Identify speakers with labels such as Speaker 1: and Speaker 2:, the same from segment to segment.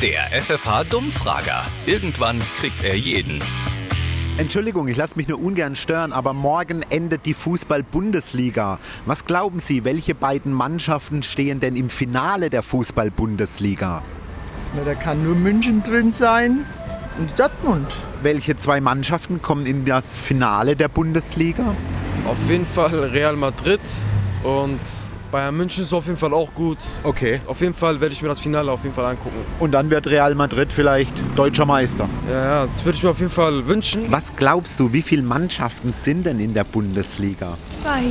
Speaker 1: Der FFH-Dummfrager. Irgendwann kriegt er jeden.
Speaker 2: Entschuldigung, ich lasse mich nur ungern stören, aber morgen endet die Fußball-Bundesliga. Was glauben Sie, welche beiden Mannschaften stehen denn im Finale der Fußball-Bundesliga?
Speaker 3: Na, da kann nur München drin sein und Dortmund.
Speaker 2: Welche zwei Mannschaften kommen in das Finale der Bundesliga?
Speaker 4: Auf jeden Fall Real Madrid und Bayern München ist auf jeden Fall auch gut.
Speaker 2: Okay.
Speaker 4: Auf jeden Fall werde ich mir das Finale auf jeden Fall angucken.
Speaker 2: Und dann wird Real Madrid vielleicht deutscher Meister.
Speaker 4: Ja, ja, das würde ich mir auf jeden Fall wünschen.
Speaker 2: Was glaubst du, wie viele Mannschaften sind denn in der Bundesliga?
Speaker 5: Zwei,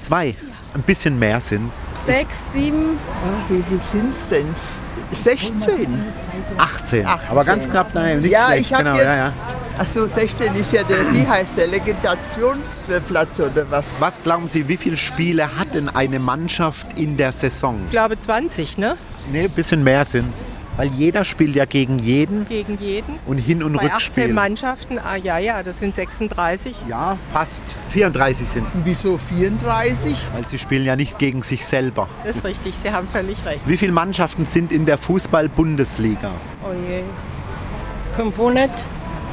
Speaker 2: Zwei. Ein bisschen mehr sind's.
Speaker 5: sechs, sieben.
Speaker 3: Ach, Ah, wie viel sind es denn? 16?
Speaker 2: 18.
Speaker 3: 18.
Speaker 2: Aber ganz knapp, nein, nicht
Speaker 3: Ja,
Speaker 2: schlecht.
Speaker 3: ich habe
Speaker 2: genau,
Speaker 3: jetzt.
Speaker 2: ja, ja.
Speaker 3: Ach so, 16 ist ja der, wie heißt der, Legendationsplatz oder was?
Speaker 2: Was glauben Sie, wie viele Spiele hat denn eine Mannschaft in der Saison?
Speaker 6: Ich glaube 20, ne?
Speaker 2: Nee, ein bisschen mehr sind's. Weil jeder spielt ja gegen jeden
Speaker 6: Gegen jeden.
Speaker 2: und Hin- und
Speaker 6: Bei 18
Speaker 2: Rückspiel.
Speaker 6: Mannschaften, ah ja, ja, das sind 36.
Speaker 2: Ja, fast. 34 sind
Speaker 3: Und wieso 34?
Speaker 2: weil sie spielen ja nicht gegen sich selber.
Speaker 6: Das ist richtig, Sie haben völlig recht.
Speaker 2: Wie viele Mannschaften sind in der Fußball-Bundesliga?
Speaker 7: Oh je. 500?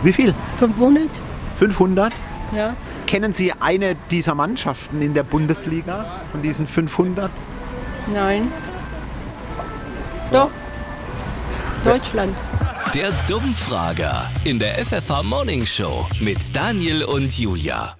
Speaker 2: Wie viel?
Speaker 7: 500?
Speaker 2: 500?
Speaker 7: Ja.
Speaker 2: Kennen Sie eine dieser Mannschaften in der Bundesliga, von diesen 500?
Speaker 7: Nein. Doch. Deutschland.
Speaker 1: Der Dummfrager in der FFH Morning Show mit Daniel und Julia.